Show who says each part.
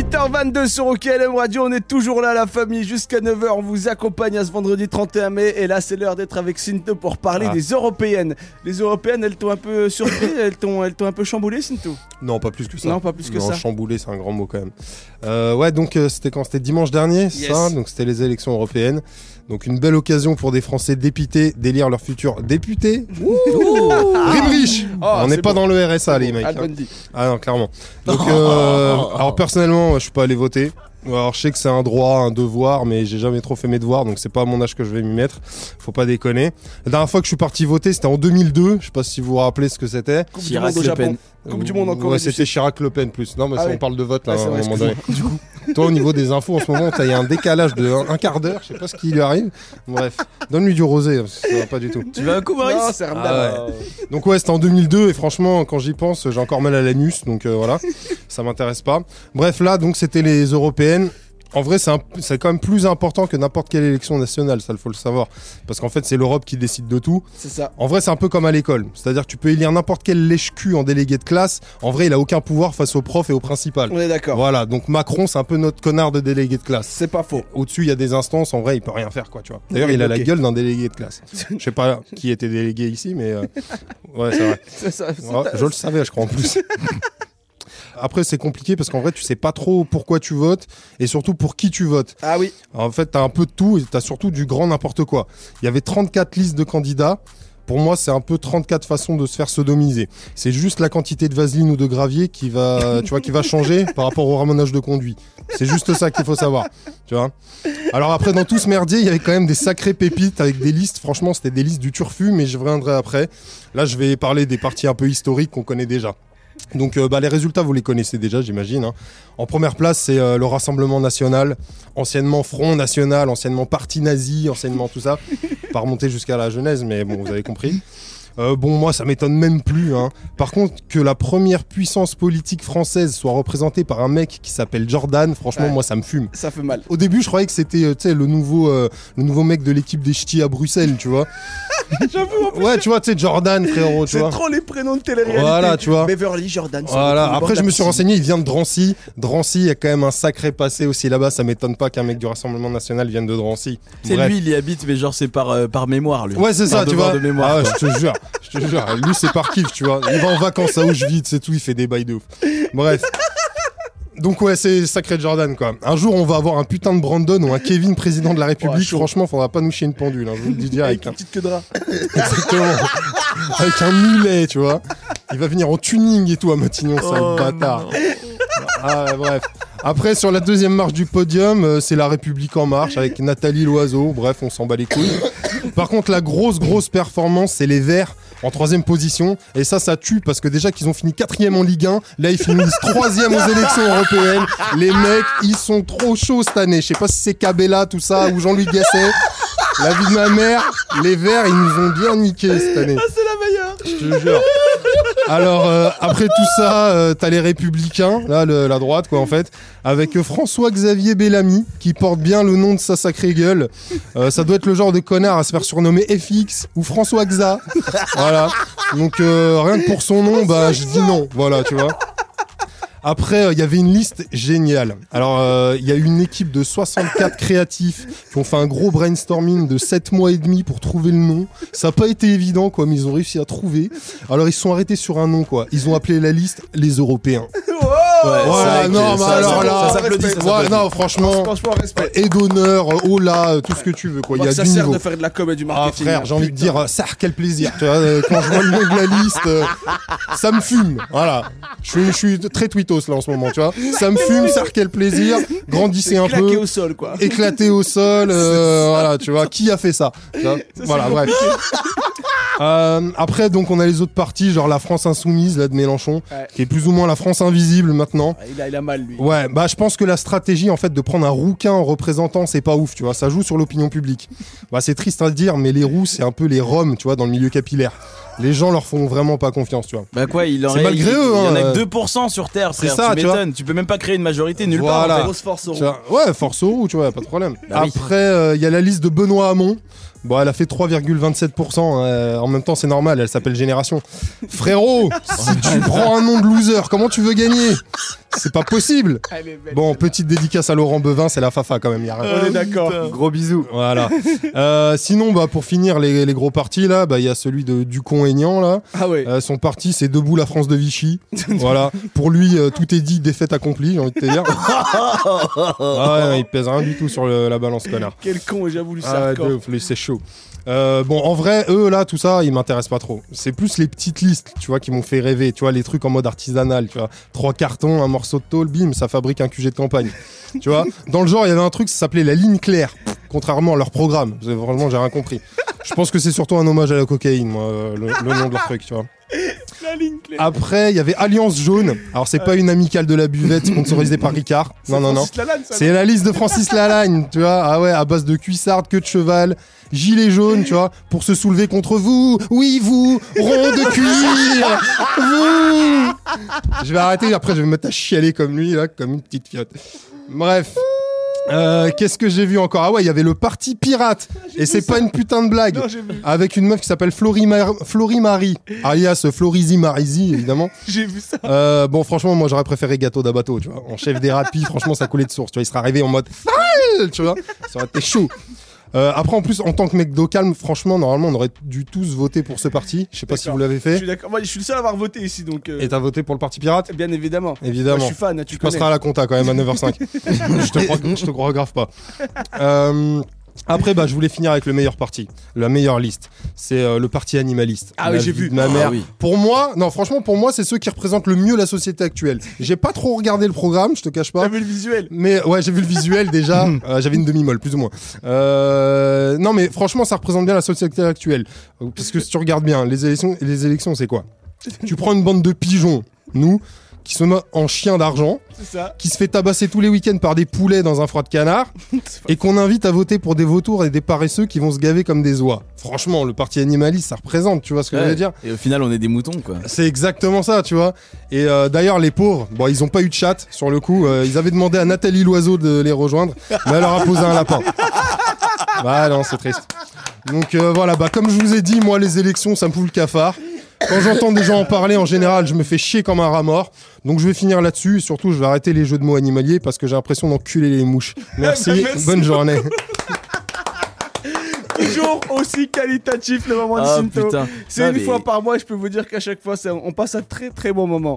Speaker 1: 8h22 sur OKLM Radio, on est toujours là la famille jusqu'à 9h, on vous accompagne à ce vendredi 31 mai et là c'est l'heure d'être avec Sinto pour parler
Speaker 2: Ah.
Speaker 1: des européennes. Les européennes, elles t'ont un peu surpris, elles t'ont elles t'ont un peu chamboulé Sinto.
Speaker 2: Non, pas plus que ça.
Speaker 1: Non, pas plus que
Speaker 2: Non,
Speaker 1: ça.
Speaker 2: chamboulé, c'est un grand mot quand même. Euh, ouais, donc euh, c'était quand C'était dimanche dernier, c'est
Speaker 1: Yes.
Speaker 2: ça Donc c'était les élections européennes. Donc une belle occasion pour des Français dépités d'élire leur futur député. Rimrich
Speaker 1: Ah,
Speaker 2: On n'est
Speaker 1: c'est
Speaker 2: pas
Speaker 1: bon.
Speaker 2: dans le RSA, les mecs.
Speaker 1: Al
Speaker 2: hein.
Speaker 1: Bundy.
Speaker 2: Ah non, clairement. Donc, euh, alors personnellement, je suis pas allé voter. Alors je sais que c'est un droit, un devoir, mais j'ai jamais trop fait mes devoirs, donc c'est pas à mon âge que je vais m'y mettre. Faut pas déconner. La dernière fois que je suis parti voter, c'était en 2002. Je sais pas si vous vous rappelez ce que c'était.
Speaker 1: Coupe du
Speaker 3: Chirac
Speaker 1: monde au
Speaker 3: Le
Speaker 1: Japon.
Speaker 3: Pen.
Speaker 1: Coupe du monde en Corée
Speaker 2: Ouais,
Speaker 1: du
Speaker 2: c'était Chirac Le Pen plus. Non, mais
Speaker 1: Ah
Speaker 2: ça,
Speaker 1: ouais.
Speaker 2: on parle de vote là.
Speaker 1: Ah, c'est
Speaker 2: à un
Speaker 1: vrai,
Speaker 2: moment donné. Toi, au niveau des infos, en ce moment, t'as il y a un décalage de un, un quart d'heure. Je sais pas ce qui lui arrive. Bref, donne-lui du rosé, hein, parce que ça va pas du tout.
Speaker 3: Tu veux un coup, Maurice
Speaker 1: Non, c'est Ramdan.
Speaker 3: Ah ouais.
Speaker 2: Donc ouais, c'était en 2002 et franchement, quand j'y pense, j'ai encore mal à l'anus, donc euh, voilà, ça m'intéresse pas. Bref, là, donc c'était les européennes. En vrai, c'est un- c'est quand même plus important que n'importe quelle élection nationale, ça, il faut le savoir, parce qu'en fait, c'est l'Europe qui décide de tout.
Speaker 1: C'est ça.
Speaker 2: En vrai, c'est un peu comme à l'école, c'est-à-dire que tu peux élire n'importe quel lèche-cul en délégué de classe. En vrai, il a aucun pouvoir face au prof et au principal.
Speaker 1: On est d'accord.
Speaker 2: Voilà, donc Macron, c'est un peu notre connard de délégué de classe.
Speaker 1: C'est pas faux.
Speaker 2: Au-dessus, il y a des instances, en vrai, il peut rien faire, quoi, tu vois. D'ailleurs,
Speaker 1: Il est
Speaker 2: il a la
Speaker 1: bloqué.
Speaker 2: gueule d'un délégué de classe. Je sais pas qui était délégué ici, mais euh, ouais, c'est vrai.
Speaker 1: C'est ça, c'est
Speaker 2: Ouais,
Speaker 1: ta-
Speaker 2: je le savais, je crois en plus. Après, c'est compliqué parce qu'en vrai, tu sais pas trop pourquoi tu votes et surtout pour qui tu votes.
Speaker 1: Ah oui,
Speaker 2: En fait, t'as un peu de tout et t'as surtout du grand n'importe quoi. Il y avait 34 listes de candidats. Pour moi, c'est un peu 34 façons de se faire sodomiser. C'est juste la quantité de vaseline ou de gravier qui va, tu vois, qui va changer par rapport au ramonage de conduit. C'est juste ça qu'il faut savoir, tu vois. Alors après, dans tout ce merdier, il y avait quand même des sacrées pépites avec des listes. Franchement, c'était des listes du turfu, mais je reviendrai après. Là, je vais parler des parties un peu historiques qu'on connaît déjà. Donc, euh, bah, les résultats, vous les connaissez déjà, j'imagine. hein. En première place, c'est euh, le Rassemblement National anciennement Front National, anciennement Parti Nazi, anciennement tout ça, pas remonter jusqu'à la Genèse, mais bon, vous avez compris. Euh, bon, moi, ça m'étonne même plus. hein. Par contre, que la première puissance politique française soit représentée par un mec qui s'appelle Jordan, franchement,
Speaker 1: Ouais.
Speaker 2: moi, ça me fume.
Speaker 1: ça fait mal.
Speaker 2: Au début, je croyais que c'était euh, tu sais, le, nouveau, euh, le nouveau mec de l'équipe des ch'tis à Bruxelles, tu vois. Ouais, tu vois, tu sais, Jordan, frérot, tu
Speaker 1: C'est
Speaker 2: vois.
Speaker 1: trop les prénoms de télé-réalité.
Speaker 2: Voilà, tu vois.
Speaker 1: Beverly Jordan. c'est
Speaker 2: Voilà.
Speaker 1: le
Speaker 2: Après, je me
Speaker 1: bord de
Speaker 2: suis
Speaker 1: la
Speaker 2: renseigné, il vient de Drancy. Drancy, il y a quand même un sacré passé aussi là-bas. Ça m'étonne pas qu'un mec du Rassemblement National vienne de Drancy.
Speaker 3: C'est
Speaker 2: Bref.
Speaker 3: lui, il y habite, mais genre c'est par, euh, par mémoire, lui.
Speaker 2: Ouais, c'est
Speaker 3: Par
Speaker 2: ça, tu
Speaker 3: devoir
Speaker 2: vois.
Speaker 3: de mémoire,
Speaker 2: ah,
Speaker 3: quoi.
Speaker 2: je te jure, je te jure. Lui, c'est par kiff, tu vois. Il va en vacances à Auschwitz c'est tout, il fait des bails de ouf. Bref. Donc ouais, c'est sacré Jordan quoi. Un jour, on va avoir un putain de Brandon ou un Kevin président de la
Speaker 1: Ouais,
Speaker 2: République.
Speaker 1: chaud.
Speaker 2: Franchement, faudra pas nous chier une pendule, hein, je vous le dis
Speaker 1: Avec
Speaker 2: direct. hein.
Speaker 1: une petite queue de rat.
Speaker 2: Exactement. Avec un mulet, tu vois. Il va venir en tuning et tout à Matignon, sale
Speaker 3: Oh,
Speaker 2: bâtard. Ah, ouais, bref. Après, sur la deuxième marche du podium, euh, c'est La République en marche avec Nathalie Loiseau. Bref, on s'en bat les couilles. Par contre, la grosse, grosse performance, c'est les Verts en troisième position. Et ça, ça tue parce que déjà qu'ils ont fini quatrième en Ligue 1, là, ils finissent troisième aux élections européennes. Les mecs, ils sont trop chauds cette année. Je sais pas si c'est Cabella, tout ça, ou Jean-Louis Gasset. La vie de ma mère, les Verts, ils nous ont bien niqué cette année.
Speaker 1: Ah, C'est la meilleure.
Speaker 2: Je te jure. Alors, euh, après tout ça, euh, t'as les Républicains, là, le- la droite, quoi, en fait, avec euh, François-Xavier Bellamy, qui porte bien le nom de sa sacrée gueule. Euh, ça doit être le genre de connard à se faire surnommer FX ou François Xa. Voilà. Donc, euh, rien que pour son nom, bah, je dis non. Voilà, tu vois. Après, euh, il y avait une liste géniale. Alors, euh, il y a eu une équipe de 64 créatifs qui ont fait un gros brainstorming de 7 mois et demi pour trouver le nom. Ça n'a pas été évident, quoi, mais ils ont réussi à trouver. Alors, ils se sont arrêtés sur un nom, quoi. Ils ont appelé la liste les Européens.
Speaker 3: Ouais, c'est vrai que
Speaker 2: non, mais
Speaker 3: ça-
Speaker 2: alors
Speaker 3: ça-
Speaker 2: là,
Speaker 3: ça s'applaudit, ça
Speaker 2: Ouais,
Speaker 3: s'applaudit.
Speaker 2: non, franchement,
Speaker 1: Franchement, respect.
Speaker 2: et d'honneur, oh là, euh, tout ce que tu veux, quoi. Il y a
Speaker 1: ça
Speaker 2: du
Speaker 1: sert
Speaker 2: niveau.
Speaker 1: de faire de la comédie du
Speaker 2: Ah
Speaker 1: marketing.
Speaker 2: frère,
Speaker 1: hein,
Speaker 2: j'ai envie de
Speaker 1: putain.
Speaker 2: dire, euh, ça, quel plaisir. Tu vois, euh, quand je vois le nom de la liste, euh, ça me fume. Voilà. Je suis, je suis très twittos là en ce moment, tu vois. Ça me fume, ça, quel plaisir. Grandissez un
Speaker 1: Claquer
Speaker 2: peu.
Speaker 1: au sol, quoi.
Speaker 2: Éclaté au sol, euh, voilà, tu vois. Qui a fait ça tu vois.
Speaker 1: c'est
Speaker 2: Voilà, bref. Euh, après, donc, on a les autres parties, genre la France insoumise, là, de Mélenchon,
Speaker 1: Ouais.
Speaker 2: qui est plus ou moins la France invisible maintenant.
Speaker 1: Ah, Il a, il a mal, lui.
Speaker 2: Ouais, bah je pense que la stratégie en fait de prendre un rouquin en représentant, c'est pas ouf, tu vois, ça joue sur l'opinion publique. Bah c'est triste à le dire, mais les roux, c'est un peu les roms, tu vois, dans le milieu capillaire. Les gens leur font vraiment pas confiance, tu vois.
Speaker 3: Bah quoi, il en
Speaker 2: C'est malgré eux,
Speaker 3: Il y en a
Speaker 2: hein.
Speaker 3: que 2% sur Terre,
Speaker 2: C'est
Speaker 3: frère.
Speaker 2: ça,
Speaker 3: tu
Speaker 2: tu vois.
Speaker 3: m'étonnes. Tu peux même pas créer une majorité nulle
Speaker 2: Voilà.
Speaker 3: part. en fait.
Speaker 1: Grosse force au
Speaker 2: Tu vois, ouais, force aux roux, tu vois, y a pas de problème.
Speaker 3: Bah oui.
Speaker 2: Après, il y a la liste de Benoît Hamon. Bon, elle a fait 3,27%. euh, en même temps, c'est normal, elle s'appelle Génération. Frérot, si tu prends un nom de loser, comment tu veux gagner C'est pas possible.
Speaker 1: Elle est belle,
Speaker 2: Bon,
Speaker 1: celle-là. Euh,
Speaker 2: petite dédicace à Laurent Bevin, c'est la fafa quand même, y a rien.
Speaker 1: On est d'accord.
Speaker 4: Gros bisous.
Speaker 2: Euh. Voilà. Euh, sinon, bah, pour finir les, les gros partis, là, bah, il y a celui de Ducon-Aignan, là.
Speaker 1: Ah ouais.
Speaker 2: Euh, son parti, c'est Debout la France de Vichy. voilà. Pour lui, euh, tout est dit, défaite accomplie, j'ai envie de te dire. ah ouais, il pèse rien du tout sur le- la balance, connard.
Speaker 1: Quel con, j'avoue, le
Speaker 2: Ah,
Speaker 1: sarcor.
Speaker 2: de ouf, lui, c'est chaud. Euh, bon, en vrai, eux, là, tout ça, ils m'intéressent pas trop. C'est plus les petites listes, tu vois, qui m'ont fait rêver. Tu vois, les trucs en mode artisanal, tu vois. Trois cartons, un morceau de tôle, bim, ça fabrique un QG de campagne. tu vois, dans le genre, il y avait un truc, ça s'appelait la ligne claire, Pff, contrairement à leur programme. Parce que Vraiment, j'ai rien compris. Je pense que c'est surtout un hommage à la cocaïne, moi, euh, le, le nom de leur truc, tu vois.
Speaker 1: La ligne clé.
Speaker 2: Après, il y avait Alliance Jaune. Alors, c'est pas une amicale de la buvette sponsorisée par Ricard. Non, non, non.
Speaker 1: Francis Lalanne, ça.
Speaker 2: C'est la liste de Francis Lalagne, tu vois. Ah ouais, à base de cuissardes, queue de cheval, gilet jaune, tu vois, pour se soulever contre vous. Oui, vous, rond de cuir, vous. Je vais arrêter, après je vais me mettre à chialer comme lui, là, comme une petite fiotte. Bref. Euh, Qu'est-ce que j'ai vu encore Ah ouais, il y avait le parti pirate. Et c'est pas une putain de blague.
Speaker 1: Non, j'ai vu,
Speaker 2: Avec une meuf qui s'appelle Florie, Mar- Florie Marie, alias Florizy Marizy, évidemment.
Speaker 1: j'ai vu ça.
Speaker 2: Euh, bon, franchement, moi j'aurais préféré Gâteau d'Abato, tu vois. En chef des rapis, franchement, ça coulait de source, tu vois. Il serait arrivé en mode Fall tu vois. Ça aurait été chaud. Euh, après, en plus, en tant que mec d'eau calme, franchement, normalement, on aurait dû tous voter pour ce parti. Je sais pas si
Speaker 1: D'accord.
Speaker 2: vous l'avez
Speaker 1: Je
Speaker 2: fait.
Speaker 1: suis d'accord. Moi, je suis le seul à avoir voté ici, donc. euh,
Speaker 2: Et t'as voté pour le parti pirate
Speaker 1: Bien évidemment. Moi, je
Speaker 2: Évidemment.
Speaker 1: suis fan, hein, tu
Speaker 2: Tu
Speaker 1: connais.
Speaker 2: passeras à la compta quand même à 9h05. je, te crois- je te crois grave pas. Euh, après, bah, je voulais finir avec le meilleur parti, la meilleure liste. C'est euh, le parti animaliste.
Speaker 1: Ah oui,
Speaker 2: La
Speaker 1: j'ai
Speaker 2: vie
Speaker 1: vu.
Speaker 2: de Ma
Speaker 1: Ah
Speaker 2: mère.
Speaker 3: oui.
Speaker 2: Pour moi, non, franchement, pour moi, c'est ceux qui représentent le mieux la société actuelle. J'ai pas trop regardé le programme, je te cache pas.
Speaker 1: T'as vu le visuel
Speaker 2: Mais ouais, j'ai vu le visuel déjà. Euh, J'avais une demi-molle, plus ou moins. Euh, non, mais franchement, ça représente bien la société actuelle. Euh, Parce que si tu regardes bien, les élections, les élections c'est quoi Tu prends une bande de pigeons, nous, qui se met en chien d'argent,
Speaker 1: C'est ça.
Speaker 2: qui se fait tabasser tous les week-ends par des poulets dans un froid de canard,
Speaker 1: C'est pas-
Speaker 2: et qu'on invite à voter pour des vautours et des paresseux qui vont se gaver comme des oies. Franchement, le parti animaliste, ça représente, tu vois ce que je veux
Speaker 3: Ouais.
Speaker 2: dire
Speaker 3: Et au final, on est des moutons, quoi.
Speaker 2: c'est exactement ça, tu vois. Et euh, d'ailleurs, les pauvres, bon, ils ont pas eu de chat sur le coup. Euh, ils avaient demandé à Nathalie Loiseau de les rejoindre, mais elle leur a posé un lapin. Bah non, c'est triste. Donc euh, voilà, bah comme je vous ai dit, moi les élections, ça me fout le cafard. Quand j'entends des gens en parler, en général, je me fais chier comme un rat mort. Donc je vais finir là-dessus. Et surtout, je vais arrêter les jeux de mots animaliers parce que j'ai l'impression d'enculer les mouches. Merci,
Speaker 1: Merci
Speaker 2: bonne journée.
Speaker 1: Toujours aussi qualitatif le moment de
Speaker 3: Ah
Speaker 1: Shinto.
Speaker 3: putain.
Speaker 1: C'est
Speaker 3: Non,
Speaker 1: une
Speaker 3: mais-
Speaker 1: fois par mois, je peux vous dire qu'à chaque fois, ça- on passe un très très bon moment.